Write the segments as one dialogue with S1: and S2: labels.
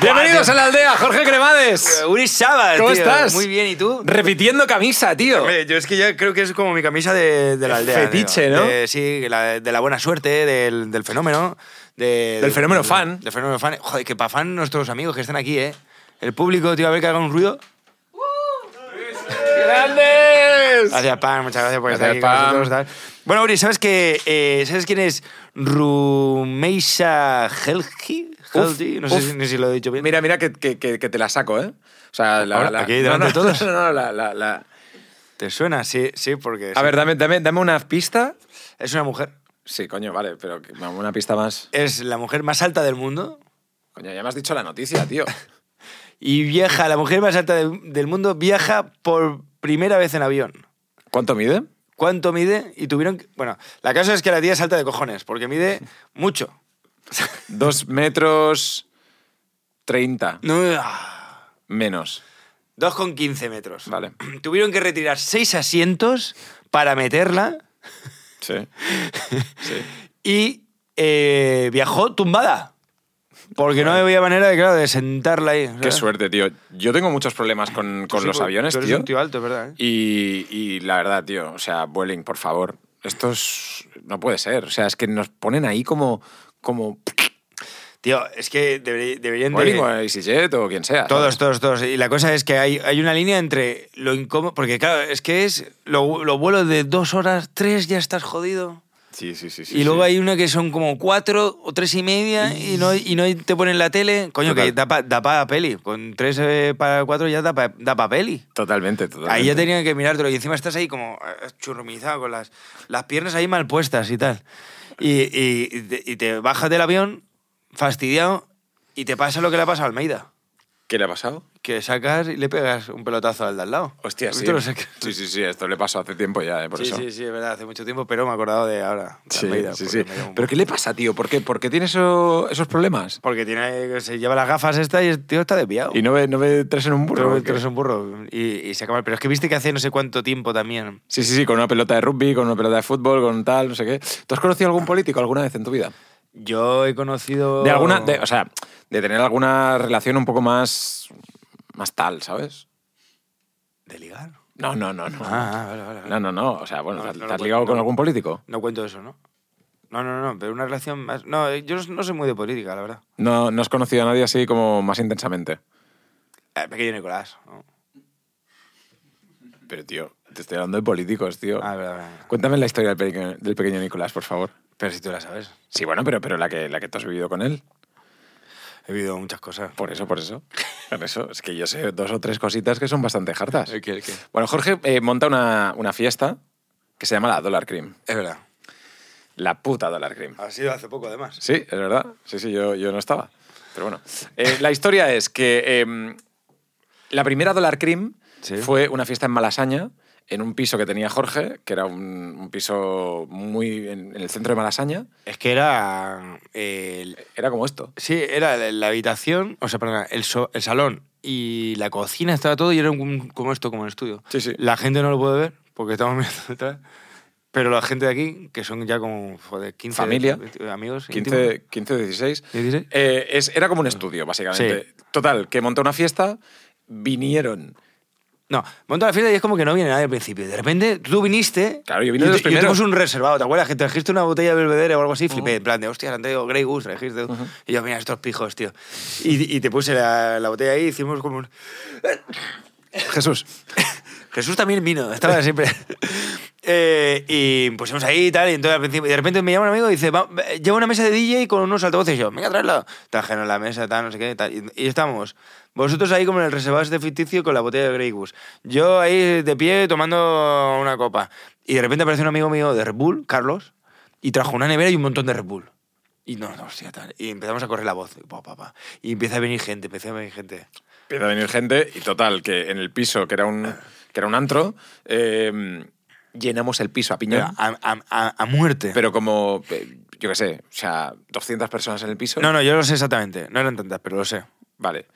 S1: Bienvenidos a la aldea, Jorge Cremades.
S2: Uri Saba,
S1: ¿Cómo
S2: tío.
S1: estás?
S2: Muy bien, ¿y tú?
S1: Repitiendo camisa, tío.
S2: Hombre, yo es que ya creo que es como mi camisa de, de la aldea.
S1: Fetiche,
S2: tío.
S1: ¿no?
S2: De- sí, la- de la buena suerte, del, del fenómeno. de-
S1: Del fenómeno fan.
S2: Del fenómeno fan. Joder, que pa' fan nuestros amigos que están aquí, ¿eh? El público, tío, a ver que haga un ruido.
S1: ¡Grandes!
S2: Gracias, Pam, muchas gracias por estar aquí
S1: Gracias,
S2: con
S1: Pam.
S2: nosotros. tal. Bueno, Uri, ¿sabes, que, eh, ¿sabes quién es Rumeisa Helgi?
S1: Uf,
S2: Helgi, no, sé
S1: uf.
S2: si, no sé si lo he dicho bien.
S1: Mira, mira que, que- que- que te la saco, ¿eh? O sea, la...
S2: Ahora,
S1: la-
S2: aquí, delante
S1: no, no,
S2: de todos.
S1: No, no, la... la- la-
S2: ¿Te suena? Sí, sí, porque
S1: A ver, dame, dame, dame una pista.
S2: es una mujer.
S1: Sí, coño, vale, pero que- dame una pista más.
S2: Es la mujer más alta del mundo.
S1: Coño, ya me has dicho la noticia, tío.
S2: Y viaja, la mujer más alta del, del mundo viaja por primera vez en avión.
S1: ¿Cuánto mide?
S2: ¿Cuánto mide? Y tuvieron... que- Bueno, la cosa es que la tía es alta de cojones, porque mide mucho.
S1: Dos metros... Treinta.
S2: No,
S1: Menos.
S2: 2,15 metros.
S1: Vale.
S2: Tuvieron que retirar seis asientos para meterla
S1: Sí. sí.
S2: y eh, viajó tumbada. Porque no había manera de, claro, de sentarla ahí.
S1: Qué
S2: ¿sabes?
S1: suerte, tío. Yo tengo muchos problemas con, con
S2: Sí,
S1: los
S2: porque
S1: aviones,
S2: tú eres
S1: tío.
S2: un tío alto, es verdad. ¿eh?
S1: Y, y la verdad, tío, o sea, Vueling, por favor, esto es- no puede ser. O sea, es que nos ponen ahí como... como
S2: Tío, es que deberi- deberían
S1: Vueling
S2: de...
S1: o EasyJet o quien sea.
S2: Todos, todos, todos. Y la cosa es que hay, hay una línea entre lo incómodo. Porque, claro, es que es. Lo, lo vuelo de dos horas, tres, ya estás jodido.
S1: Sí, sí, sí.
S2: y luego hay una que son como cuatro o tres y media y no, y no te ponen la tele. Coño, que
S1: Total.
S2: da para peli. Con tres eh, para cuatro ya da para peli.
S1: Totalmente, totalmente.
S2: Ahí ya tenían que mirártelo. Y encima estás ahí como eh, churrumizado con las, las piernas ahí mal puestas y tal. Y, y- y te, y te bajas del avión fastidiado y te pasa lo que le ha pasado a Almeida
S1: ¿Qué le ha pasado?
S2: que sacas y le pegas un pelotazo al de al lado.
S1: Hostia,
S2: Tú
S1: sí.
S2: te lo sacas.
S1: Sí, sí, sí, esto le pasó hace tiempo ya, eh, por
S2: Sí,
S1: eso.
S2: sí, sí, es verdad, hace mucho tiempo, pero me he acordado de ahora. de
S1: Sí,
S2: Almeida,
S1: sí,
S2: porque
S1: sí.
S2: me dio un-
S1: ¿Pero qué le pasa, tío? ¿Por qué, ¿Por qué tiene eso- esos problemas?
S2: Porque tiene, se lleva las gafas esta y el tío está desviado.
S1: ¿Y no ve, no ve tres en un burro?
S2: Pero,
S1: o qué?
S2: pero es un burro y, y se acaba. Pero es que viste que hace no sé cuánto tiempo también.
S1: Sí, sí, sí, con una pelota de rugby, con una pelota de fútbol, con tal, no sé qué. ¿Tú has conocido algún político alguna vez en tu vida?
S2: Yo he conocido...
S1: De alguna, de- o sea, de tener alguna relación un poco más, más tal, ¿sabes?
S2: ¿De ligar?
S1: No, no, no, no.
S2: Ah, ah, vale, vale. vale.
S1: No, no, no. O sea, bueno,
S2: No,
S1: ¿te has-
S2: no lo
S1: ¿te has
S2: cuento,
S1: ligado con
S2: no.
S1: algún político?
S2: No cuento eso, ¿no? No, no, no, pero una relación más... No, yo no soy muy de política, la verdad.
S1: No, no has conocido a nadie así como más intensamente.
S2: Eh, pequeño Nicolás. ¿no?
S1: Pero, tío, te estoy hablando de políticos, tío.
S2: Ah, verdad, verdad.
S1: Cuéntame la historia del pequeño, del pequeño Nicolás, por favor.
S2: Pero si tú la sabes.
S1: Sí, bueno, pero, pero la, que, la que tú has vivido con él.
S2: He vivido muchas cosas.
S1: Por eso, por eso. Por eso. Es que yo sé dos o tres cositas que son bastante hartas.
S2: ¿El qué, el qué?
S1: Bueno, Jorge eh, monta una, una fiesta que se llama la Dollar Cream.
S2: Es verdad.
S1: La puta Dollar Cream.
S2: Ha sido hace poco, además.
S1: Sí, es verdad. Sí, sí, yo, yo no estaba. Pero bueno. Eh, la historia es que em, la primera Dollar Cream
S2: Sí.
S1: fue una fiesta en Malasaña, en un piso que tenía Jorge, que era un, un piso muy en, en el centro de Malasaña.
S2: Es que era. eh, el-
S1: Era como esto.
S2: sí, era la la habitación, o sea, perdona, el, so- el salón y la cocina estaba todo y era un- como esto, como el estudio.
S1: Sí, sí.
S2: La gente no lo puede ver porque estamos mirando detrás. Pero la gente de aquí, que son ya como, joder, 15
S1: Familia.
S2: 20 amigos. 15.
S1: 15, 15 16.
S2: 16.
S1: Eh, es, era como un estudio, básicamente.
S2: Sí.
S1: Total, que montó una fiesta, vinieron.
S2: No, monta la fiesta y es como que no viene nadie al principio. De repente tú viniste.
S1: Claro, yo vine de
S2: y
S1: los
S2: te-
S1: primeros. Oh.
S2: tuvimos un reservado, ¿te acuerdas? Que trajiste una botella de Belvedere o algo así, flipé. En plan de, hostia, han traído Grey Goose, trajiste. tú. Y yo, mira, estos pijos, tío. Y, y te puse la, la botella ahí, hicimos como un.
S1: Jesús.
S2: Jesús también vino, estaba siempre. Eh, y pusimos ahí y tal, y entonces al principio, y de repente me llama un amigo y dice, "Va- eh, lleva una mesa de DJ con unos altavoces, y yo, venga, tráelo. Trajeron la mesa, tal, no sé qué, tal, y, y estábamos. Vosotros ahí como en el reservado este ficticio con la botella de Grey Goose. Yo ahí de pie tomando una copa. Y de repente aparece un amigo mío de Red Bull, Carlos, y trajo una nevera y un montón de Red Bull. Y no, no, hostia, tal. Y empezamos a correr la voz. Y, pa, pa, pa. y empieza a venir gente, empieza a venir gente.
S1: Empieza a venir gente y total, que en el piso, que era un, que era un antro, eh, llenamos el piso a
S2: Pero
S1: piñón.
S2: a, a- a- a muerte.
S1: Pero como, eh, yo qué sé, o sea, 200 personas en el piso.
S2: No, no, yo lo sé exactamente. No eran tantas, pero lo sé.
S1: Vale.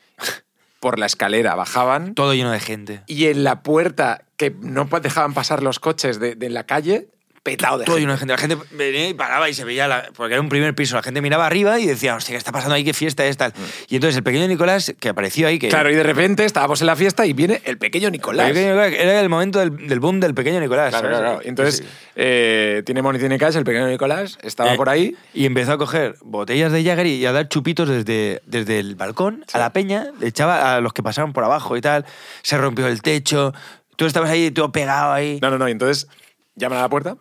S1: Por la escalera bajaban
S2: Todo lleno de gente.
S1: y en la puerta que no pa- dejaban pasar los coches de, de la calle
S3: petado de
S2: Todo
S3: gente.
S2: lleno de gente. La gente venía y paraba y se veía, la- porque era un primer piso, la gente miraba arriba y decía, hostia, ¿qué está pasando ahí? ¿Qué fiesta es tal? Y entonces el pequeño Nicolás, que apareció ahí, que...
S1: Claro, y de repente estábamos en la fiesta y viene el pequeño
S2: el
S1: Nicolás.
S2: pequeño Nicolás, era el momento del, del boom del pequeño Nicolás.
S1: Claro,
S2: ¿sabes?
S1: claro, claro.
S2: Sí,
S1: Entonces,
S2: sí.
S1: eh, tiene money, tiene cash, el pequeño Nicolás estaba
S2: Eh,
S1: por ahí.
S2: Y empezó a coger botellas de Jagger y a dar chupitos desde, desde el balcón a la peña, le echaba a los que pasaban por abajo y tal, se rompió el techo, tú estabas ahí, tú pegado ahí.
S1: No, no, no. y Entonces, llaman a la puerta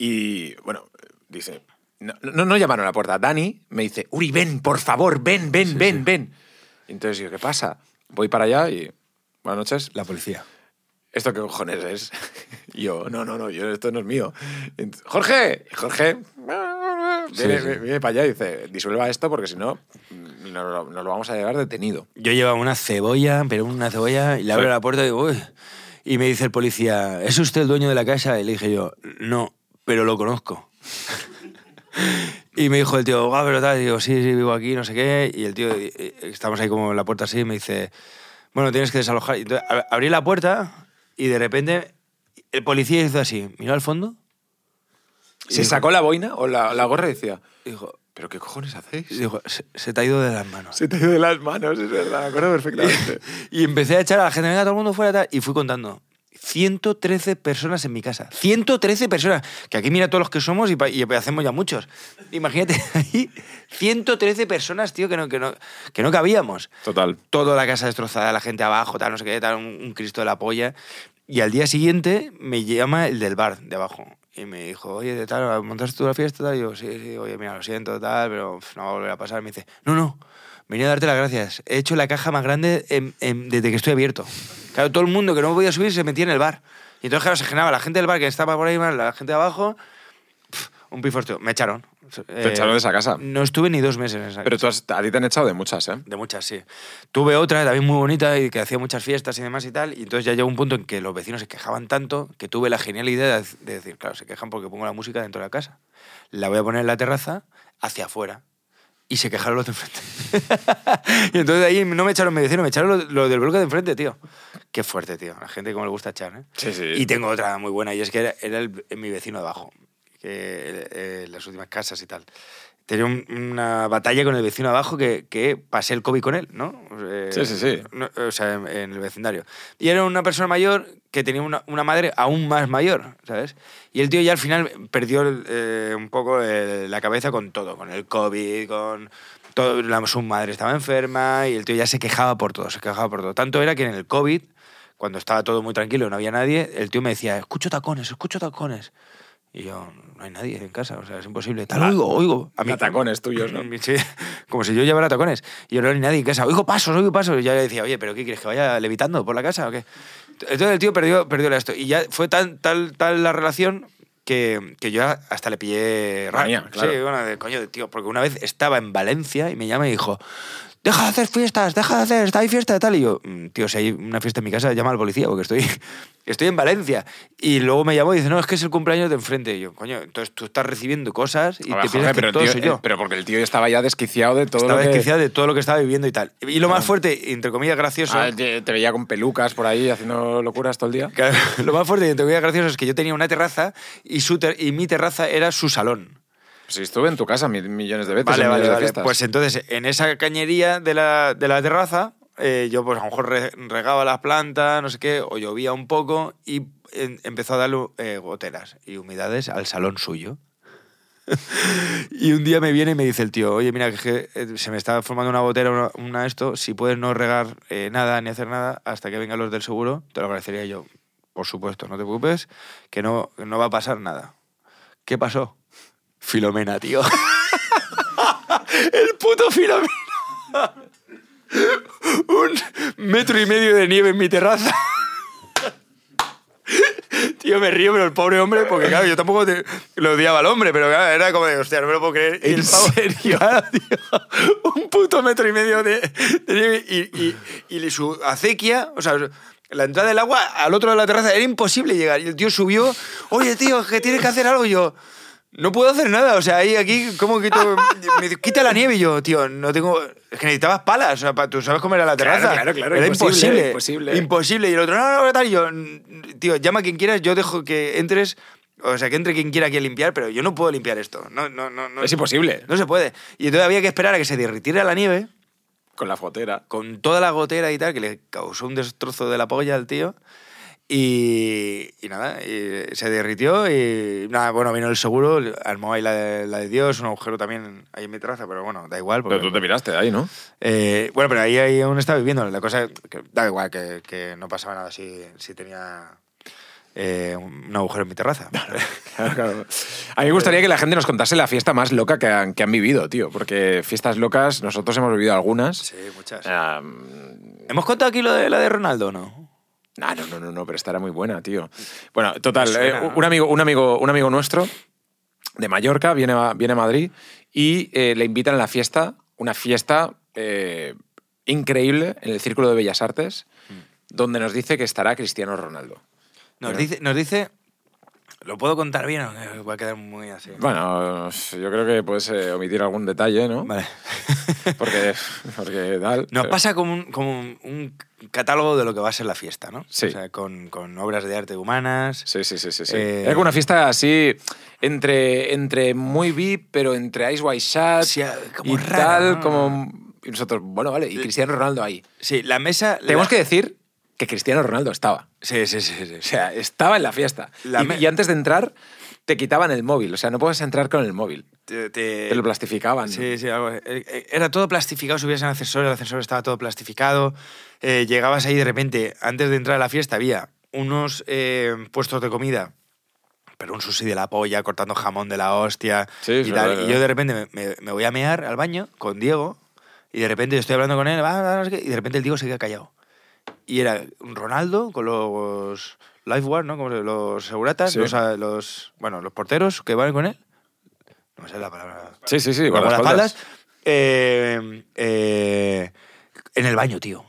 S1: y, bueno, dice... No, no, no llamaron a la puerta. Dani me dice, Uri, ven, por favor, ven, ven, ven, ven. Entonces yo, ¿qué pasa? Voy para allá y... Buenas noches.
S2: La policía.
S1: ¿esto qué cojones es? Y yo, no, no, no, yo, esto no es mío. Ent- Jorge, Y Jorge, viene,
S2: sí.
S1: viene para allá y dice, disuelva esto porque si no, mm, nos lo- nos lo vamos a llevar detenido.
S2: Yo llevaba una cebolla, pero una cebolla, y le abro
S1: Sí.
S2: la puerta y digo, uy. Y me dice el policía, ¿es usted el dueño de la casa? Y le dije yo, no, pero lo conozco. y me dijo el tío, ah, pero tal, y digo, sí, sí, vivo aquí, no sé qué. Y el tío, y- y- estamos ahí como en la puerta así, y me dice, bueno, tienes que desalojar. Y entonces, ab- abrí la puerta y de repente el policía hizo así, miró al fondo Y
S1: Se
S2: dijo-
S1: sacó la boina o la, la gorra y decía,
S2: y dijo,
S1: ¿pero qué cojones hacéis?
S2: y dijo, se, se te ha ido de las manos.
S1: Se te ha ido de las manos, es verdad, me acuerdo perfectamente.
S2: Y empecé a echar a la gente, venga, todo el mundo fuera tal, y fui contando. 113 personas en mi casa. 113 personas. Que aquí mira todos los que somos y, pa- y hacemos ya muchos. Imagínate ahí, 113 personas, tío, que no, que no, que no cabíamos.
S1: Total.
S2: Toda la casa destrozada, la gente abajo, tal, no sé qué, tal, un, un Cristo de la polla. Y al día siguiente me llama el del bar de abajo. Y me dijo, oye, de tal, ¿montaste tú la fiesta? Tal? Y yo, sí, sí, oye, mira, lo siento, tal, pero pf, no va a volver a pasar. Me dice, no, no, venía a darte las gracias. He hecho la caja más grande en- en- desde que estoy abierto. Claro, todo el mundo que no podía subir se metía en el bar. Y entonces, claro, se generaba la gente del bar que estaba por ahí, más la gente de abajo, pf, un piforteo. Me echaron. Eh,
S1: echaron de esa casa.
S2: No estuve ni dos meses en esa casa.
S1: Pero tú has- a ti te han echado de muchas, ¿eh?
S2: De muchas, sí. Tuve otra también muy bonita y que hacía muchas fiestas y demás y tal. Y entonces ya llegó un punto en que los vecinos se quejaban tanto que tuve la genial idea de, de decir, claro, se quejan porque pongo la música dentro de la casa. La voy a poner en la terraza hacia afuera. Y se quejaron los de enfrente. y entonces ahí no me echaron mi vecino, me echaron los, los del bloque de enfrente, tío. Qué fuerte, tío. La gente como le gusta echar, ¿eh?
S1: Sí, sí.
S2: Y tengo otra muy buena, y es que era, era el- mi vecino de abajo, que, eh, las últimas casas y tal. Tenía un- una batalla con el vecino de abajo que, que pasé el COVID con él, ¿no? Eh,
S1: Sí, sí, sí.
S2: no, o sea, en, en el vecindario. Y era una persona mayor que tenía una, una madre aún más mayor, ¿sabes? Y el tío ya al final perdió el, eh, un poco el- la cabeza con todo, con el COVID, con... Todo, la- su madre estaba enferma y el tío ya se quejaba por todo, se quejaba por todo. Tanto era que en el COVID, cuando estaba todo muy tranquilo y no había nadie, el tío me decía, escucho tacones, escucho tacones. Y yo, no hay nadie en casa, o sea, es imposible. Tal, oigo, oigo. A mí-
S1: Tacones tuyos, ¿no?
S2: Sí, como si yo llevara tacones. Y yo no hay nadie en casa. Oigo pasos, oigo pasos. Y yo le decía, oye, ¿pero qué quieres? ¿Que vaya levitando por la casa o qué? Entonces el tío perdió, perdió la esto. Y ya fue tan, tal, tal la relación que, que yo hasta le pillé ra-
S1: Manía, claro.
S2: Sí, bueno, de coño, tío. Porque una vez estaba en Valencia y me llama y dijo, deja de hacer fiestas, deja de hacer, está ahí fiesta y tal. Y yo, "Mm, tío, si hay una fiesta en mi casa, llama al policía porque estoy, estoy en Valencia. Y luego me llamó y dice, no, es que es el cumpleaños de enfrente. Y yo, coño, entonces tú estás recibiendo cosas y
S1: A ver,
S2: te
S1: Jorge,
S2: piensas que
S1: pero,
S2: todo
S1: el
S2: soy
S1: tío-
S2: yo.
S1: eh, pero porque el tío estaba ya desquiciado de todo
S2: Estaba
S1: lo que...
S2: desquiciado de todo lo que estaba viviendo y tal. Y lo más fuerte, entre comillas, gracioso.
S1: Ah, te te veía con pelucas por ahí haciendo locuras todo el día.
S2: Claro, lo más fuerte, entre comillas, gracioso es que yo tenía una terraza y, su ter- y mi terraza era su salón.
S1: Si Pues estuve en tu casa mil- millones de veces.
S2: Vale,
S1: en
S2: vale,
S1: millones de
S2: vale.
S1: fiestas.
S2: Pues entonces, en esa cañería de la, de la terraza, eh, yo pues a lo mejor re- regaba las plantas, no sé qué, o llovía un poco y em- empezó a darle eh, goteras y humedades al salón suyo. Y un día me viene y me dice el tío, oye, mira, que es que eh, se me está formando una gotera, una, una esto, si puedes no regar eh, nada ni hacer nada hasta que vengan los del seguro, te lo agradecería yo. Por supuesto, no te preocupes, que no, no va a pasar nada. ¿Qué pasó? Filomena, tío. el puto Filomena. un metro y medio de nieve en mi terraza. Tío, me río, pero el pobre hombre, porque claro, yo tampoco te- lo odiaba al hombre, pero claro, era como de, hostia, no me lo puedo creer. Y
S1: ¿En
S2: el pavo- Claro, tío, un puto metro y medio de, de nieve y, y- y su acequia, o sea, la entrada del agua al otro lado de la terraza era imposible llegar. Y el tío subió, oye, tío, que tienes que hacer algo. Y yo, no puedo hacer nada, o sea, ahí, aquí, ¿cómo quito? Me dice, quita la nieve. Y yo, tío, no tengo. Es que necesitabas palas, o sea, pa- tú sabes cómo era la
S1: Claro,
S2: terraza.
S1: claro, claro,
S2: Era
S1: imposible,
S2: imposible.
S1: imposible.
S2: Imposible. Y el otro, no, no, no, tal. Y yo, "Mm, tío, llama a quien quieras, yo dejo que entres O sea, que entre quien quiera aquí a limpiar, pero yo no puedo limpiar esto. No, no, no, no,
S1: Es imposible.
S2: No se puede. Y entonces había que esperar a que se derritiera la nieve
S1: Con la fotera.
S2: con toda la gotera y tal, que le causó un destrozo de la polla al tío. Y, y nada, y se derritió y nada, bueno, vino el seguro, armó ahí la de, la de Dios, un agujero también ahí en mi traza, pero bueno, da igual.
S1: Pero
S2: porque-
S1: tú te miraste de ahí, ¿no?
S2: Eh, bueno, pero ahí, ahí aún estaba viviendo, la cosa, que, da igual, que, que no pasaba nada si, si tenía eh, un agujero en mi terraza.
S1: Claro, Ah, claro. A mí me gustaría que la gente nos contase la fiesta más loca que han, que han vivido, tío. Porque fiestas locas, nosotros hemos vivido algunas.
S2: sí, muchas.
S1: Ah,
S2: Eh, ¿Hemos contado aquí lo de la de Ronaldo o no?
S1: Ah, no, no, no, no, pero esta era muy buena, tío. Bueno, total,
S2: Me suena,
S1: eh,
S2: ¿no?
S1: un, amigo, un, amigo, un amigo nuestro de Mallorca viene a, viene a Madrid y eh, le invitan a la fiesta, una fiesta eh, increíble en el Círculo de Bellas Artes,
S2: Mm.
S1: donde nos dice que estará Cristiano Ronaldo.
S2: Nos,
S1: Bueno.
S2: dice, nos dice. ¿Lo puedo contar bien o no? va a quedar muy así?
S1: Bueno, yo creo que puedes eh, omitir algún detalle, ¿no?
S2: Vale.
S1: Porque, porque tal. eh,
S2: Nos
S1: pero-
S2: pasa como, un, como un- un catálogo de lo que va a ser la fiesta, ¿no?
S1: Sí.
S2: O sea, con, con obras de arte humanas.
S1: Sí, sí, sí, sí. sí.
S2: Eh,
S1: Era como una fiesta así entre, entre muy VIP, pero entre Ice White Shot
S2: Sí, como
S1: y
S2: rara,
S1: tal,
S2: ¿no?
S1: como... Y nosotros, bueno, vale, y Cristiano Ronaldo ahí.
S2: Sí, la mesa.
S1: Tenemos
S2: la-
S1: que decir que Cristiano Ronaldo estaba.
S2: Sí, sí, sí. sí,
S1: O sea, estaba en la fiesta.
S2: La
S1: y,
S2: me-
S1: y antes de entrar, te quitaban el móvil. O sea, no puedes entrar con el móvil.
S2: Te,
S1: Te lo plastificaban.
S2: Eh, Sí, sí, algo así. Eh, eh, Era todo plastificado, subías en ascensor, el ascensor estaba todo plastificado. eh, llegabas ahí de repente, antes de entrar a la fiesta, había unos eh, puestos de comida, pero un sushi de la polla, cortando jamón de la hostia
S1: Sí, es
S2: y tal.
S1: verdad,
S2: y yo
S1: ¿eh?
S2: de repente me, me- me voy a mear al baño con Diego y de repente yo estoy hablando con él, va, va, no sé qué, y de repente el Diego se queda callado. Y era Ronaldo con los lifeguard, ¿no? Como los seguratas,
S1: Sí.
S2: los, a- los- bueno, los porteros que van con él. No me sale la palabra.
S1: Sí, sí, sí,
S2: Con las
S1: guardaespaldas.
S2: espaldas. Eh, eh, en el baño, tío.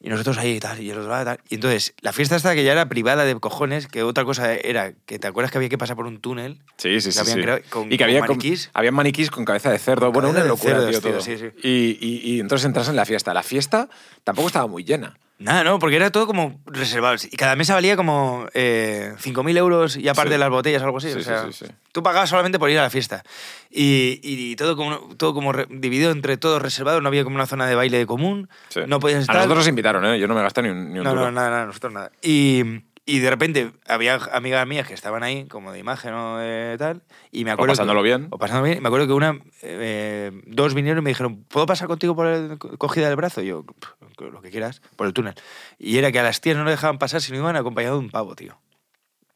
S2: Y nosotros ahí y tal, y el otro lado, tal. Y entonces, la fiesta esta que ya era privada de cojones, que otra cosa era que te acuerdas que había que pasar por un túnel.
S1: Sí, sí,
S2: Que
S1: sí.
S2: habían
S1: sí.
S2: creado con-
S1: y que
S2: con
S1: había con-
S2: maniquís.
S1: habían maniquís con cabeza de cerdo. Bueno,
S2: cabeza
S1: una
S2: de
S1: locura,
S2: cerdos,
S1: tío,
S2: tío,
S1: todo.
S2: sí, sí.
S1: Y, y- y entonces entras en la fiesta. La fiesta tampoco estaba muy llena.
S2: Nada, no, porque era todo como reservado. Y cada mesa valía como eh, 5.000 euros y aparte
S1: Sí.
S2: las botellas o algo así.
S1: Sí,
S2: o
S1: sí,
S2: sea,
S1: sí, sí.
S2: Tú pagabas solamente por ir a la fiesta. Y, y todo como, todo como re- dividido entre todos reservados. No había como una zona de baile común.
S1: Sí.
S2: No podías estar.
S1: A nosotros nos invitaron, ¿eh? Yo no me gasté ni un, ni un
S2: No,
S1: duro.
S2: no, nada, nada, nosotros nada. Y, y de repente había amigas mías que estaban ahí, como de imagen o de tal, y me acuerdo... que-
S1: pasándolo bien.
S2: O pasándolo bien. Y me acuerdo que una, eh, eh, dos vinieron y me dijeron, ¿puedo pasar contigo por el co- cogida del brazo? Y yo, "Pff, lo que quieras, por el túnel. Y era que a las tías no le dejaban pasar si no iban acompañado de un pavo, tío.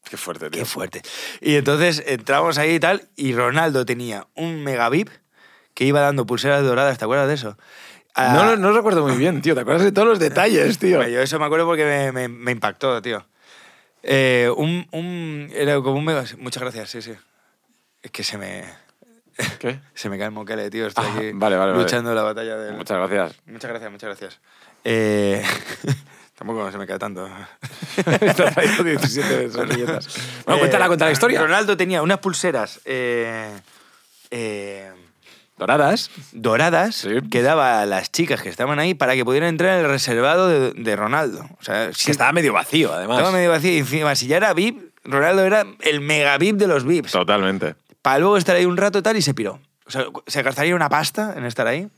S1: Qué fuerte, tío.
S2: Qué fuerte. Y entonces entramos ahí y tal, y Ronaldo tenía un mega VIP que iba dando pulseras doradas, ¿te acuerdas de eso? A-
S1: No, no, no recuerdo muy bien, tío. ¿Te acuerdas de todos los detalles, tío?
S2: Hombre, Yo eso me acuerdo porque me, me- me impactó, tío. Eh, un, un- Era como un mega... Muchas gracias, sí, sí. Es que se me...
S1: ¿Qué?
S2: Se me cae el moquele, tío. Estoy
S1: Ah,
S2: aquí
S1: vale, vale, vale.
S2: luchando la batalla del...
S1: Muchas gracias.
S2: Muchas gracias, muchas gracias. Eh, Tampoco se me cae tanto.
S1: Te ha traído 17 servilletas. Bueno, cuéntala,
S2: Eh,
S1: cuéntala la historia.
S2: Ronaldo tenía unas pulseras... eh, eh,
S1: Doradas.
S2: doradas
S1: Sí.
S2: que daba a las chicas que estaban ahí para que pudieran entrar en el reservado de, de Ronaldo. O sea,
S1: Que
S2: sí-
S1: estaba medio vacío, además.
S2: Estaba medio vacío. Y encima, si ya era VIP, Ronaldo era el mega VIP de los VIPs.
S1: Totalmente.
S2: Para luego estar ahí un rato y tal y se piró. O sea, se gastaría una pasta en estar ahí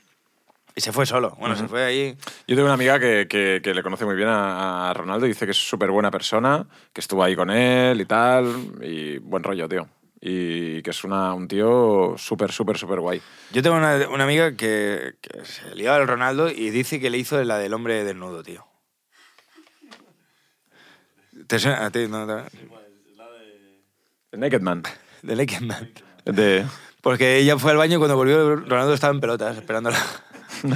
S2: y se fue solo. Bueno, se fue ahí.
S1: Yo tengo una amiga que, que- que le conoce muy bien a, a Ronaldo y dice que es súper buena persona, que estuvo ahí con él y tal, y buen rollo, tío. Y que es una, un tío súper, súper, súper guay.
S2: Yo tengo una, una amiga que, que se lió al Ronaldo y dice que le hizo la del hombre desnudo, tío. ¿Te suena a ti? No, no.
S1: El Naked Man.
S2: De Naked Man.
S1: De...
S2: Porque ella fue al baño y cuando volvió Ronaldo estaba en pelotas esperándola.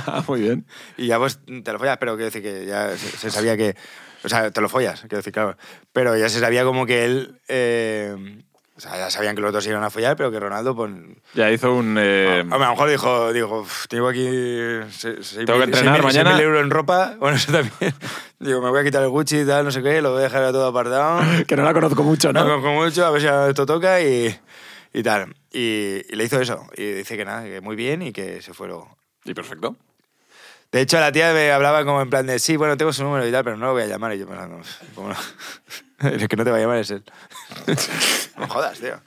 S1: Ah, muy bien.
S2: Y ya pues te lo follas, pero quiero decir que ya se, se sabía que... O sea, te lo follas, quiero decir, claro. Pero ya se sabía como que él... eh, o sea, ya sabían que los dos se iban a follar, pero que Ronaldo, pues...
S1: Ya hizo un... eh,
S2: a, a lo mejor dijo, digo, "Uf, tengo aquí... se- seis
S1: Tengo que
S2: mil-
S1: entrenar
S2: seis mil- seis
S1: mañana".
S2: mil euros en ropa, bueno, eso también. digo, me voy a quitar el Gucci y tal, no sé qué, lo voy a dejar todo apartado.
S1: que no la conozco mucho,
S2: No,
S1: ¿no?
S2: conozco mucho, a ver si esto toca y, y tal. Y, y le hizo eso. Y dice que nada, que muy bien y que se fue luego.
S1: Y perfecto.
S2: De hecho, la tía me hablaba como en plan de, sí, bueno, tengo su número y tal, pero no lo voy a llamar. Y yo pensando, ¿cómo no? El que no te va a llamar es él. no jodas, tío.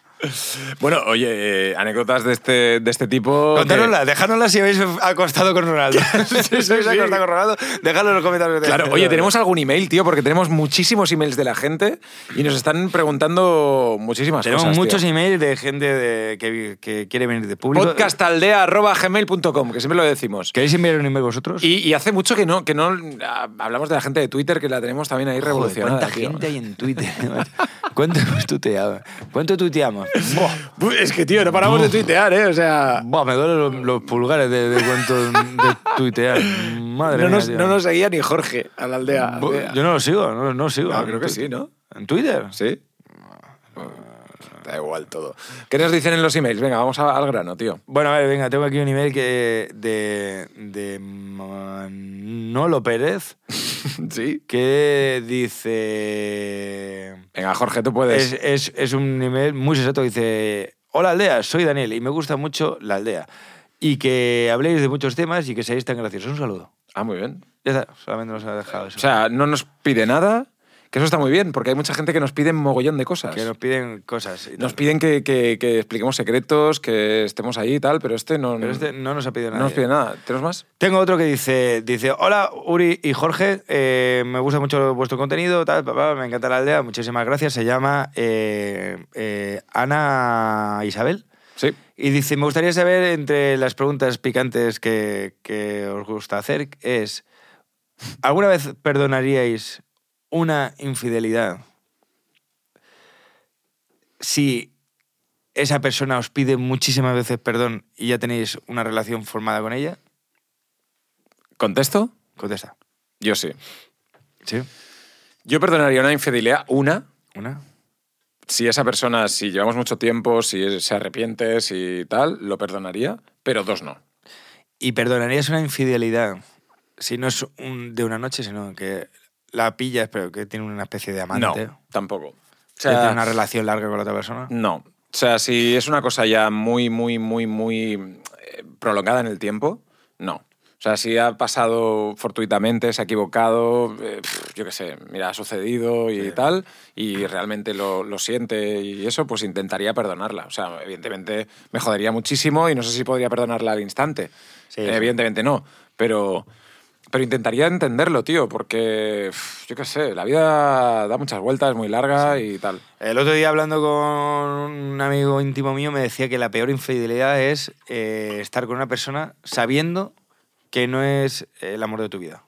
S1: Bueno, oye, eh, anécdotas de este, de este tipo. que-
S2: Contárnosla, dejárnosla si habéis acostado con Ronaldo. si os habéis
S1: sí.
S2: acostado con Ronaldo, dejadlo en los comentarios. de-
S1: Claro,
S2: de-
S1: oye,
S2: de-
S1: tenemos algún email, tío, porque tenemos muchísimos emails de la gente y nos están preguntando muchísimas
S2: Tenemos
S1: cosas.
S2: muchos
S1: tío.
S2: emails de gente de- que, que quiere venir de público.
S1: Podcastaldea.gmail.com, que siempre lo decimos.
S2: ¿Queréis enviar un email vosotros?
S1: Y, y hace mucho que no, que no ah, hablamos de la gente de Twitter, que la tenemos también ahí
S2: Joder,
S1: revolucionada.
S2: ¿Cuánta
S1: tío.
S2: gente hay en Twitter? ¿Cuánto hemos tuteado? ¿Cuánto tuteamos? Buah,
S1: Buh, Es que, tío, no paramos de tuitear, ¿eh? O sea,
S2: buah, me duelen los, los pulgares de, de cuánto de tuitear. Madre
S1: no
S2: mía,
S1: nos,
S2: tío.
S1: no nos seguía ni Jorge a la aldea.
S2: Bu-
S1: aldea.
S2: Yo no lo sigo, no, no lo sigo.
S1: No,
S2: En
S1: creo que
S2: Twitter.
S1: sí, ¿no?
S2: ¿En Twitter?
S1: ¿Sí? Da igual todo. ¿Qué nos dicen en los emails? Venga, vamos a- al grano, tío.
S2: Bueno, a ver, venga, tengo aquí un email que de, de Manolo Pérez
S1: ¿Sí?
S2: que dice...
S1: Venga, Jorge, tú puedes.
S2: Es, es- es un nivel muy sensato. Dice, hola aldea, soy Daniel y me gusta mucho la aldea. Y que habléis de muchos temas y que seáis tan graciosos. Un saludo.
S1: Ah, muy bien.
S2: Ya está, solamente nos ha dejado eso.
S1: O sea, no nos pide nada, que eso está muy bien, porque hay mucha gente que nos pide un mogollón de cosas.
S2: que nos piden cosas. y
S1: Nos
S2: tal.
S1: piden que, que- que expliquemos secretos, que estemos ahí y tal, pero este no,
S2: Pero este no nos ha pedido
S1: no
S2: nada.
S1: nos pide nada. ¿Tenemos más?
S2: Tengo otro que dice, dice hola Uri y Jorge, eh, me gusta mucho vuestro contenido, tal, papá, me encanta la aldea, muchísimas gracias. Se llama eh, eh, Ana Isabel.
S1: Sí.
S2: Y dice, me gustaría saber entre las preguntas picantes que, que os gusta hacer es, ¿alguna vez perdonaríais una infidelidad si esa persona os pide muchísimas veces perdón y ya tenéis una relación formada con ella?
S1: ¿Contesto?
S2: Contesta.
S1: Yo sí.
S2: ¿Sí?
S1: Yo perdonaría una infidelidad, una,
S2: ¿Una?
S1: si esa persona, si llevamos mucho tiempo, si se arrepiente, si tal, lo perdonaría, pero dos no.
S2: ¿Y perdonarías una infidelidad si no es un- de una noche, sino que la pillas pero que tiene una especie de amante?
S1: No, tampoco. O
S2: O sea,
S1: sea,
S2: tiene una relación larga con la otra persona.
S1: No. O sea, si es una cosa ya muy, muy, muy, muy eh, prolongada en el tiempo, no. O sea, si ha pasado fortuitamente, se ha equivocado, eh, pf, yo qué sé, mira, ha sucedido y tal, y realmente lo, lo siente y eso, pues intentaría perdonarla. O sea, evidentemente me jodería muchísimo y no sé si podría perdonarla al instante.
S2: Sí,
S1: Eh,
S2: sí.
S1: Evidentemente no, pero... Pero intentaría entenderlo, tío, porque, pf, yo qué sé, la vida da muchas vueltas, es muy larga y tal.
S2: El otro día hablando con un amigo íntimo mío me decía que la peor infidelidad es eh, estar con una persona sabiendo que no es el amor de tu vida.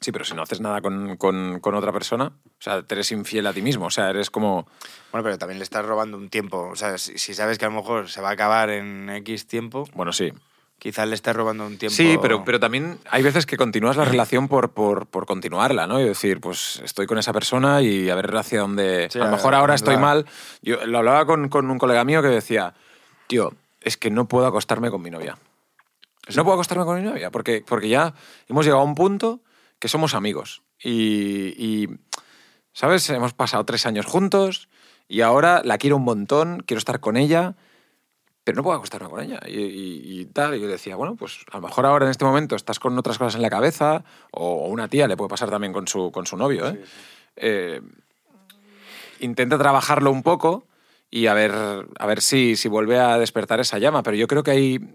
S1: Sí, pero si no haces nada con, con- con otra persona, o sea, te eres infiel a ti mismo, o sea, eres como...
S2: Bueno, pero también le estás robando un tiempo. O sea, si, si sabes que a lo mejor se va a acabar en X tiempo,
S1: Bueno, sí.
S2: quizás le estás robando un tiempo.
S1: Sí, pero, pero también hay veces que continúas la relación por, por, por continuarla, ¿no? Y decir, pues estoy con esa persona y a ver hacia dónde...
S2: Sí,
S1: a lo
S2: a-
S1: mejor ahora estoy
S2: claro.
S1: mal. Yo lo hablaba con, con un colega mío que decía, tío, es que no puedo acostarme con mi novia. No puedo acostarme con mi novia porque, porque ya hemos llegado a un punto que somos amigos. Y, y, ¿sabes? Hemos pasado tres años juntos y ahora la quiero un montón, quiero estar con ella, pero no puedo acostarme con ella. Y, y- y tal, y yo decía, bueno, pues a lo mejor ahora en este momento estás con otras cosas en la cabeza o, o una tía le puede pasar también con su, con su novio, ¿eh? Eh, intenta trabajarlo un poco y a ver, a ver si, si vuelve a despertar esa llama. Pero yo creo que ahí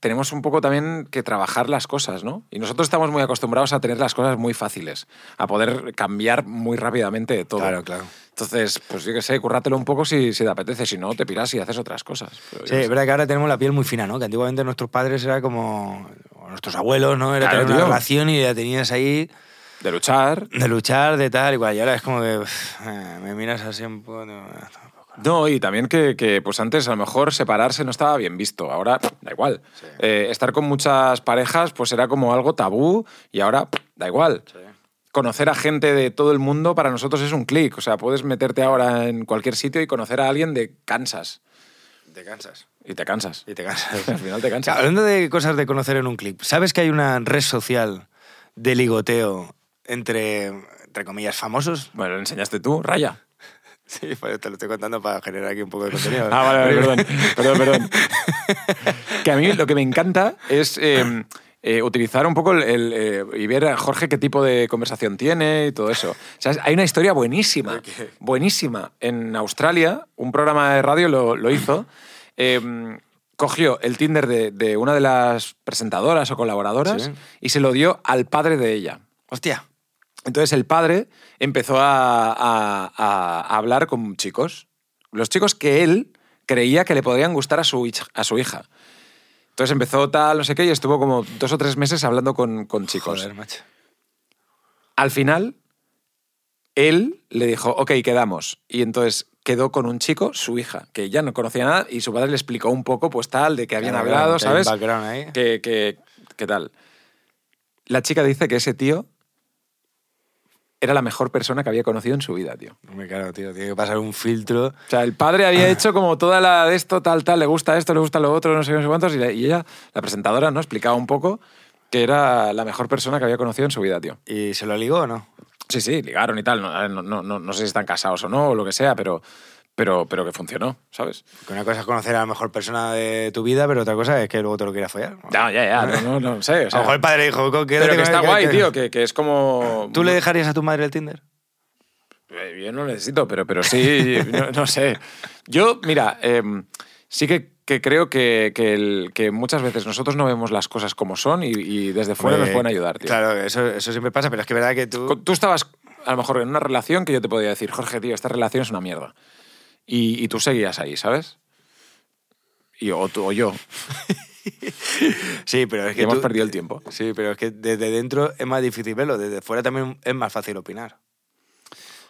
S1: tenemos un poco también que trabajar las cosas, ¿no? Y nosotros estamos muy acostumbrados a tener las cosas muy fáciles, a poder cambiar muy rápidamente de todo.
S2: Claro, claro.
S1: Entonces, pues yo qué sé, currátelo un poco si, si te apetece, si no, te piras y haces otras cosas. Pero yo
S2: Sí,
S1: qué
S2: es
S1: sé.
S2: verdad que ahora tenemos la piel muy fina, ¿no? Que antiguamente nuestros padres era como... o nuestros abuelos, ¿no? Era
S1: Claro,
S2: tener una
S1: tío.
S2: relación y la tenías ahí...
S1: De luchar.
S2: De luchar, de tal, igual. Y ahora es como que uf, eh, me miras así un poco. no, eh, tampoco.
S1: No, y también que, que, pues antes a lo mejor separarse no estaba bien visto, ahora da igual. Eh, estar con muchas parejas pues era como algo tabú y ahora da igual. Conocer a gente de todo el mundo para nosotros es un clic, o sea, puedes meterte ahora en cualquier sitio y conocer a alguien de Kansas
S2: Te cansas.
S1: y te cansas.
S2: Y te cansas.
S1: Al final te cansas.
S2: Hablando de cosas de conocer en un clip, ¿sabes que hay una red social de ligoteo entre, entre comillas, famosos?
S1: Bueno, lo enseñaste tú, Raya.
S2: Sí, pero te lo estoy contando para generar aquí un poco de contenido.
S1: Ah, vale, vale, perdón, perdón, perdón. Que a mí lo que me encanta es eh, eh, utilizar un poco el, el, eh, y ver a Jorge qué tipo de conversación tiene y todo eso. O sea, es- hay una historia buenísima, buenísima. En Australia, un programa de radio lo, lo hizo. eh, cogió el Tinder de, de una de las presentadoras o colaboradoras
S2: Sí.
S1: y se lo dio al padre de ella.
S2: Hostia.
S1: Entonces el padre empezó a, a- a- a hablar con chicos, los chicos que él creía que le podrían gustar a su, hij- a su hija. Entonces empezó tal, no sé qué, y estuvo como dos o tres meses hablando con, con chicos.
S2: Joder, macho.
S1: Al final, él le dijo, ok, quedamos. Y entonces quedó con un chico, su hija, que ya no conocía nada, y su padre le explicó un poco, pues tal, de que habían
S2: Claro,
S1: hablado,
S2: que hay un
S1: ¿sabes?
S2: background ahí.
S1: que, que, que tal. La chica dice que ese tío era la mejor persona que había conocido en su vida, tío.
S2: No me claro, tío. Tiene que pasar un filtro.
S1: O sea, el padre había hecho como toda la de esto, tal, tal, le gusta esto, le gusta lo otro, no sé qué, no sé cuántos, y, la- y ella, la presentadora, ¿no? Explicaba un poco que era la mejor persona que había conocido en su vida, tío.
S2: ¿Y se lo ligó o no?
S1: Sí, sí, ligaron y tal. No, a ver, no, no, no, no sé si están casados o no, o lo que sea, pero, pero, pero que funcionó, ¿sabes?
S2: Que una cosa es conocer a la mejor persona de tu vida, pero otra cosa es que luego te lo quieras follar.
S1: Ya, ya, ya, no, no, no sé. o
S2: a
S1: sea,
S2: lo mejor el padre le dijo, "Co- quédate
S1: pero que
S2: con
S1: está
S2: él,
S1: guay,
S2: que-
S1: tío, que, que es como...
S2: ¿Tú le dejarías a tu madre el Tinder?
S1: Eh, Yo no necesito, pero, pero sí, no, no sé. Yo, mira, em, sí que, que creo que, que el- que muchas veces nosotros no vemos las cosas como son y, y desde fuera nos
S2: Hombre,
S1: pueden ayudar, tío.
S2: Claro, eso, eso siempre pasa, pero es que es verdad que
S1: Co-
S2: tú...
S1: Tú estabas a lo mejor en una relación que yo te podía decir, Jorge, tío, esta relación es una mierda. Y, y tú seguías ahí, ¿sabes? Y, o, tú, o yo.
S2: Sí, pero es
S1: Y
S2: que
S1: hemos
S2: tú-
S1: perdido el tiempo.
S2: Sí, pero es que desde dentro es más difícil verlo, desde fuera también es más fácil opinar.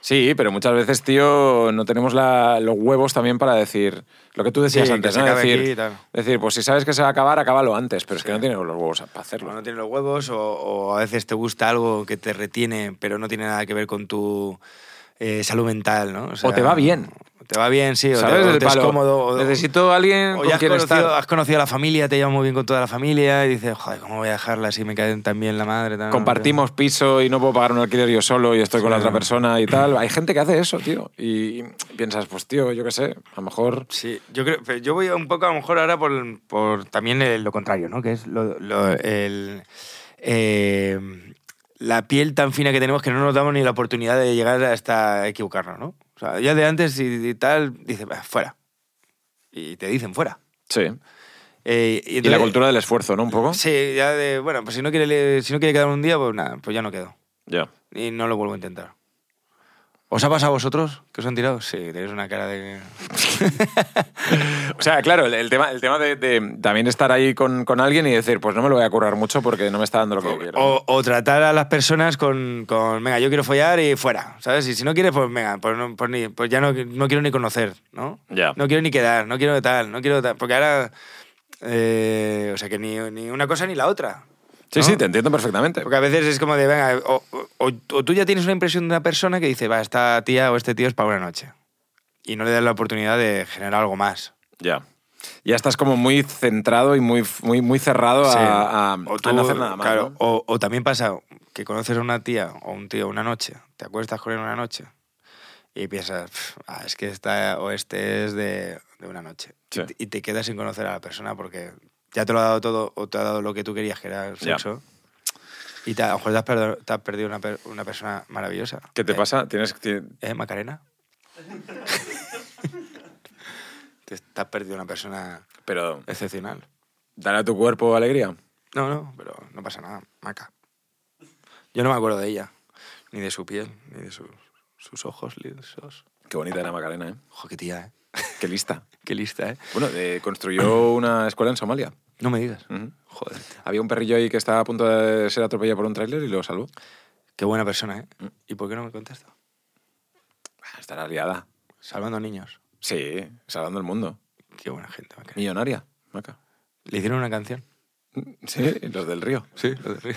S1: Sí, pero muchas veces, tío, no tenemos la- los huevos también para decir lo que tú decías
S2: Sí, que
S1: antes,
S2: se
S1: ¿no?
S2: acabe
S1: Decir,
S2: aquí y tal.
S1: decir, pues si sabes que se va a acabar, acábalo antes, pero es que no tienes los huevos para hacerlo.
S2: O no tiene los huevos, o, o a veces te gusta algo que te retiene, pero no tiene nada que ver con tu eh, salud mental, ¿no?
S1: O te va bien.
S2: Te va bien, sí, o te,
S1: ¿Sabes?
S2: o
S1: Del
S2: te es
S1: palo,
S2: cómodo. o-
S1: Necesito a alguien
S2: o
S1: con
S2: ya has
S1: quien
S2: conocido,
S1: estar.
S2: has conocido a la familia, te llevas muy bien con toda la familia y dices, joder, ¿cómo voy a dejarla si me caen tan bien la madre? tal, no?
S1: Compartimos piso y no puedo pagar un alquiler yo solo y estoy con la
S2: Sí.
S1: otra persona y tal. Hay gente que hace eso, tío. Y piensas, pues tío, yo qué sé, a lo mejor...
S2: Sí, yo creo, pero yo voy un poco a lo mejor ahora por, por también eh, lo contrario, ¿no? Que es lo- lo- el, eh, la piel tan fina que tenemos que no nos damos ni la oportunidad de llegar hasta equivocarnos, ¿no? O sea, ya de antes y, y tal, dices, "Bah, fuera. Y te dicen, fuera.
S1: Sí.
S2: Eh, y,
S1: Y la
S2: entonces-
S1: cultura del esfuerzo, ¿no? Un poco.
S2: Sí, ya de, bueno, pues si no quiere, le- si no quiere quedar un día, pues nada, pues ya no quedo.
S1: Ya.
S2: Y no lo vuelvo a intentar. ¿Os ha pasado a vosotros que os han tirado? Sí, tenéis una cara de...
S1: O sea, claro, el, el tema, el tema de, de también estar ahí con, con alguien y decir, pues no me lo voy a currar mucho porque no me está dando lo que yo quiero.
S2: O, o tratar a las personas con, con, venga, yo quiero follar y fuera, ¿sabes? Y si no quieres, pues venga, pues, no- pues ni- pues ya no, no quiero ni conocer, ¿no?
S1: Ya.
S2: No quiero ni quedar, no quiero tal, no quiero tal. Porque ahora, eh, o sea, que ni, ni una cosa ni la otra.
S1: Sí,
S2: ¿no?
S1: sí, te entiendo perfectamente.
S2: Porque a veces es como de, venga, o, o- o tú ya tienes una impresión de una persona que dice, va, esta tía o este tío es para una noche. Y no le das la oportunidad de generar algo más.
S1: Ya. Ya estás como muy centrado y muy, muy, muy cerrado
S2: Sí.
S1: a, a-
S2: O
S1: a no
S2: tú,
S1: hacer nada más.
S2: claro,
S1: ¿no?
S2: o, o también pasa que conoces a una tía o un tío una noche, te acuestas con él una noche y piensas, "Pf, ah, es que esta o este es de, de una noche.
S1: Sí.
S2: Y, te- y te quedas sin conocer a la persona porque ya te lo ha dado todo o te ha dado lo que tú querías, que era el
S1: Ya.
S2: sexo. Y te, a lo mejor te has perdo- te has perdido, una, per- una persona maravillosa.
S1: ¿Qué te
S2: Eh,
S1: pasa? Tienes que.
S2: ¿Eh, Macarena? te, te has perdido una persona
S1: Pero.
S2: excepcional.
S1: Dale a tu cuerpo alegría.
S2: No, no, pero no pasa nada, maca. Yo no me acuerdo de ella, ni de su piel, ni de sus, sus ojos lisos.
S1: Qué bonita era Macarena, ¿eh?
S2: Ojo, qué tía, ¿eh?
S1: Qué lista.
S2: Qué lista, ¿eh?
S1: Bueno, eh, construyó una escuela en Somalia.
S2: No me digas.
S1: Ujú.
S2: Joder.
S1: Había un perrillo ahí que estaba a punto de ser atropellado por un tráiler y lo salvó.
S2: Qué buena persona, ¿eh?
S1: Mm.
S2: ¿Y por qué no me contesta?
S1: Ah, Estará liada.
S2: Salvando niños.
S1: Sí, salvando el mundo.
S2: Qué buena gente, maca.
S1: Millonaria, Maca.
S2: Le hicieron una canción.
S1: Sí, los del río.
S2: Sí, los del río.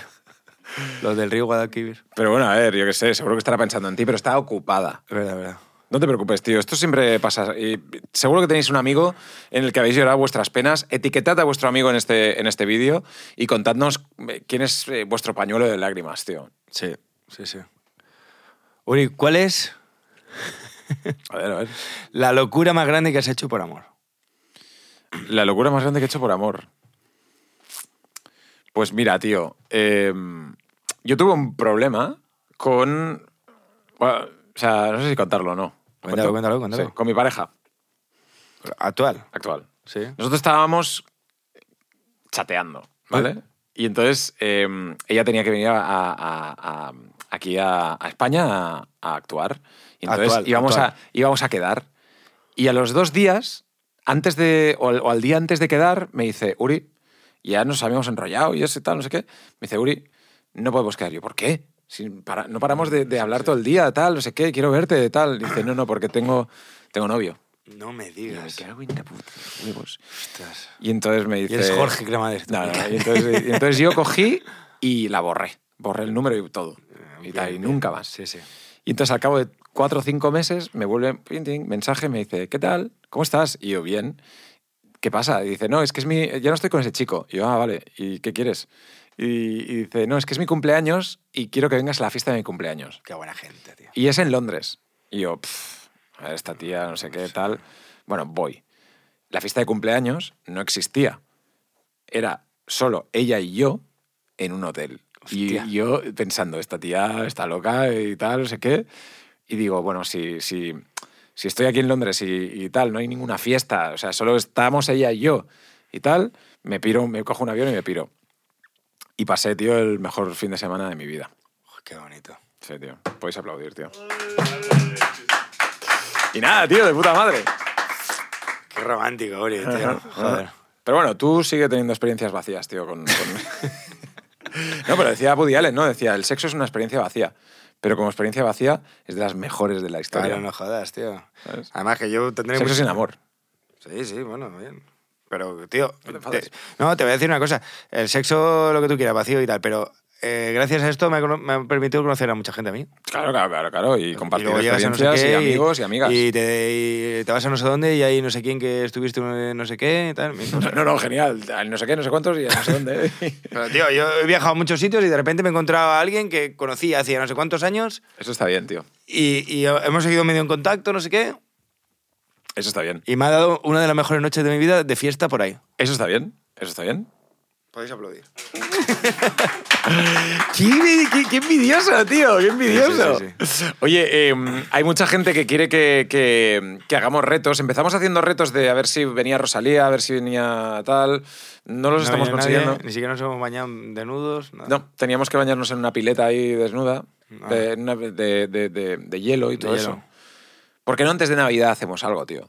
S2: los del río Guadalquivir.
S1: Pero bueno, a ver, yo qué sé, seguro que estará pensando en ti, pero está ocupada.
S2: Es verdad, es verdad.
S1: No te preocupes, tío. Esto siempre pasa. Y seguro que tenéis un amigo en el que habéis llorado vuestras penas. Etiquetad a vuestro amigo en este, en este vídeo y contadnos eh, quién es eh, vuestro pañuelo de lágrimas, tío.
S2: Sí, sí, sí. Uri, ¿cuál es
S1: A ver, a ver.
S2: la locura más grande que has hecho por amor?
S1: La locura más grande que he hecho por amor. Pues mira, tío, eh, yo tuve un problema con... bueno, o sea, no sé si contarlo o no. ¿Lo
S2: Cuéntalo,
S1: cuento?
S2: cuéntalo, cuéntalo.
S1: Sí, con mi pareja
S2: Actual.
S1: actual.
S2: Sí.
S1: Nosotros estábamos chateando, ¿vale? Y entonces eh, ella tenía que venir a, a- a- aquí a, a España a, a actuar. Y entonces
S2: Actual,
S1: íbamos,
S2: actual.
S1: A, íbamos a quedar. Y a los dos días, antes de, o al, o al día antes de quedar, me dice, Uri, ya nos habíamos enrollado y eso y tal, no sé qué. Me dice, Uri, no podemos quedar. Yo, ¿por qué? Si para- no paramos de, de hablar todo el día, tal, no sé qué, quiero verte, tal. Dice, no, no, porque tengo, tengo novio.
S2: No me
S1: Y yo,
S2: digas.
S1: "¿Qué hago en la puta? Huevos".
S2: Ostras.
S1: Y entonces me
S2: Y
S1: dice...
S2: eres Jorge Cremades.
S1: No, no, no. Y entonces, y entonces yo cogí y la borré. Borré el número y todo. Y, tal, y
S2: Ah, bien.
S1: nunca más.
S2: Sí, sí.
S1: Y entonces al cabo de cuatro o cinco meses me vuelve ping, ting, mensaje, me dice, ¿qué tal? ¿Cómo estás? Y yo, bien. ¿Qué pasa? Y dice, no, es que es mi... Ya no estoy con ese chico. Y yo, ah, vale. ¿Y qué quieres? Y, y dice, no, es que es mi cumpleaños y quiero que vengas a la fiesta de mi cumpleaños.
S2: Qué buena gente, tío.
S1: Y es en Londres. Y yo, "Pff, a ver, esta tía, no sé qué, tal. Bueno, voy. La fiesta de cumpleaños no existía. Era solo ella y yo en un hotel.
S2: Hostia.
S1: Y yo pensando, esta tía está loca y tal, no sé qué. Y digo, bueno, si, si, si estoy aquí en Londres y, y tal, no hay ninguna fiesta, o sea, solo estamos ella y yo y tal, me piro, me cojo un avión y me piro. Y pasé, tío, el mejor fin de semana de mi vida.
S2: Uf, Qué bonito.
S1: Sí, tío. Podéis aplaudir, tío. Y nada, tío, de puta madre.
S2: Qué romántico, Uri, tío. Joder.
S1: Pero bueno, tú sigue teniendo experiencias vacías, tío, con... con- no, pero decía Woody Allen, ¿no? Decía, el sexo es una experiencia vacía. Pero como experiencia vacía, es de las mejores de la historia.
S2: Claro, no jodas, tío.
S1: ¿Sabes?
S2: Además que yo tendré...
S1: Pues, Sexo
S2: mucho-
S1: sin amor.
S2: Sí, sí, bueno, bien. Pero, tío,
S1: No te
S2: te-
S1: enfades.
S2: no, te voy a decir una cosa. El sexo, lo que tú quieras, vacío y tal, pero eh, gracias a esto me ha, cono- me ha permitido conocer a mucha gente a mí.
S1: Claro, claro, claro, claro. Y compartir
S2: luego llegas a no sé
S1: experiencias y
S2: qué
S1: amigos y, amigas.
S2: Y te, y te vas a no sé dónde y hay no sé quién que estuviste en no sé qué y tal.
S1: No, no, no, genial. Al No sé qué, no sé cuántos y a no sé dónde.
S2: Pero, tío, yo he viajado a muchos sitios y de repente me he encontrado a alguien que conocí hace no sé cuántos años
S1: Eso está bien, tío.
S2: y, y hemos seguido medio en contacto, no sé qué,
S1: Eso está bien.
S2: y me ha dado una de las mejores noches de mi vida de fiesta por ahí.
S1: Eso está bien. Eso está bien.
S2: Podéis aplaudir.
S1: Qué, qué- qué envidioso, tío, qué envidioso.
S2: Sí,
S1: Oye, eh, hay mucha gente que quiere que, que- que hagamos retos. Empezamos haciendo retos de a ver si venía Rosalía, a ver si venía tal. No los
S2: No
S1: estamos
S2: viene nadie,
S1: consiguiendo.
S2: ni siquiera nos hemos bañado desnudos. nada.
S1: No, teníamos que bañarnos en una pileta ahí desnuda,
S2: Ah.
S1: de, en una- de- de- de- de hielo y
S2: De
S1: todo
S2: hielo.
S1: eso. ¿Por qué no antes de Navidad hacemos algo, tío?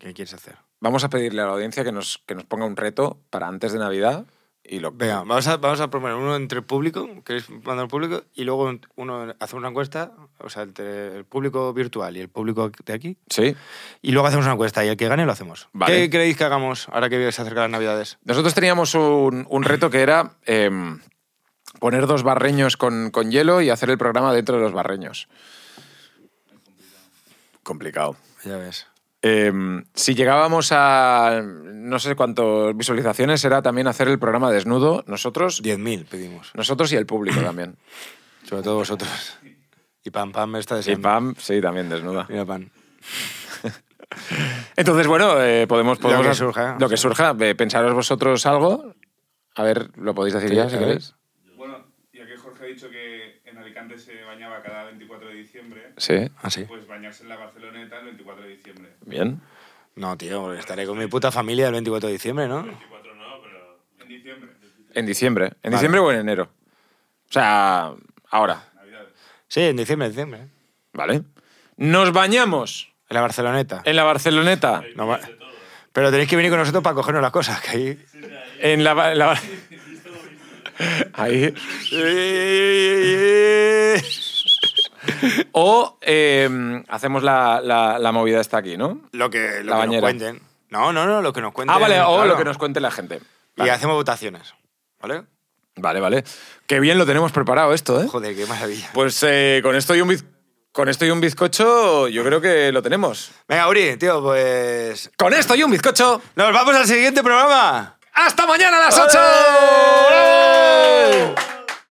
S2: ¿Qué quieres hacer?
S1: Vamos a pedirle a la audiencia que nos, que nos ponga un reto para antes de Navidad y lo
S2: Venga, vamos a, vamos a proponer uno entre el público, queréis mandar al público, y luego un- uno hacemos una encuesta, o sea, entre el público virtual y el público de aquí,
S1: Sí.
S2: y luego hacemos una encuesta y el que gane lo hacemos.
S1: Vale.
S2: ¿Qué creéis que hagamos ahora que se acercan las Navidades?
S1: Nosotros teníamos un, un reto que era em, poner dos barreños con, con hielo y hacer el programa dentro de los barreños. Complicado.
S2: Ya ves.
S1: Em, si llegábamos a no sé cuántas visualizaciones, era también hacer el programa desnudo nosotros,
S2: 10.000 pedimos,
S1: nosotros y el público también.
S2: sobre todo vosotros. Y Pam Pam me está
S1: Y
S2: deseando.
S1: Pam, sí, también desnuda.
S2: Mira Pam.
S1: Entonces, bueno, eh, podemos,
S2: Lo
S1: podemos...
S2: que surja,
S1: Lo
S2: o
S1: que
S2: sea.
S1: surja. Eh, Pensaros vosotros algo. A ver, lo podéis decir
S2: Sí,
S1: ya, si
S2: a ver.
S1: queréis.
S3: Bueno, ya que Jorge ha dicho que en Alicante se bañaba cada 24 de diciembre,
S1: Sí,
S2: Así.
S3: pues bañarse en la Barceloneta el 24 de diciembre.
S1: bien.
S2: No, tío, estaré con mi puta familia el 24 de diciembre, ¿no?
S3: 24 no, pero... En diciembre.
S1: En diciembre. ¿En diciembre o en enero? O sea, ahora.
S3: Navidades.
S2: Sí, en diciembre, en diciembre.
S1: ¿Vale? Nos bañamos
S2: En la Barceloneta.
S1: en la Barceloneta.
S2: No va- Pero tenéis que venir con nosotros para cogernos las cosas, que ahí...
S1: En la... ba- en la Bar- Ahí. O eh, hacemos la, la- la movida esta aquí, ¿no?
S2: Lo que, lo que
S1: La
S2: nos
S1: bañera.
S2: cuenten. No, no, no, lo que nos cuenten.
S1: Ah, vale, o
S2: claro.
S1: lo que nos cuente la gente.
S2: Y hacemos votaciones, ¿vale?
S1: Vale, vale. Qué bien lo tenemos preparado esto, ¿eh?
S2: Joder, qué maravilla.
S1: Pues eh, con, esto y un biz- con esto y un bizcocho yo creo que lo tenemos.
S2: Venga, Uri, tío, pues...
S1: Con esto y un bizcocho.
S2: ¡Nos vamos al siguiente programa!
S1: ¡Hasta mañana a las 8!
S2: ¡Ocho!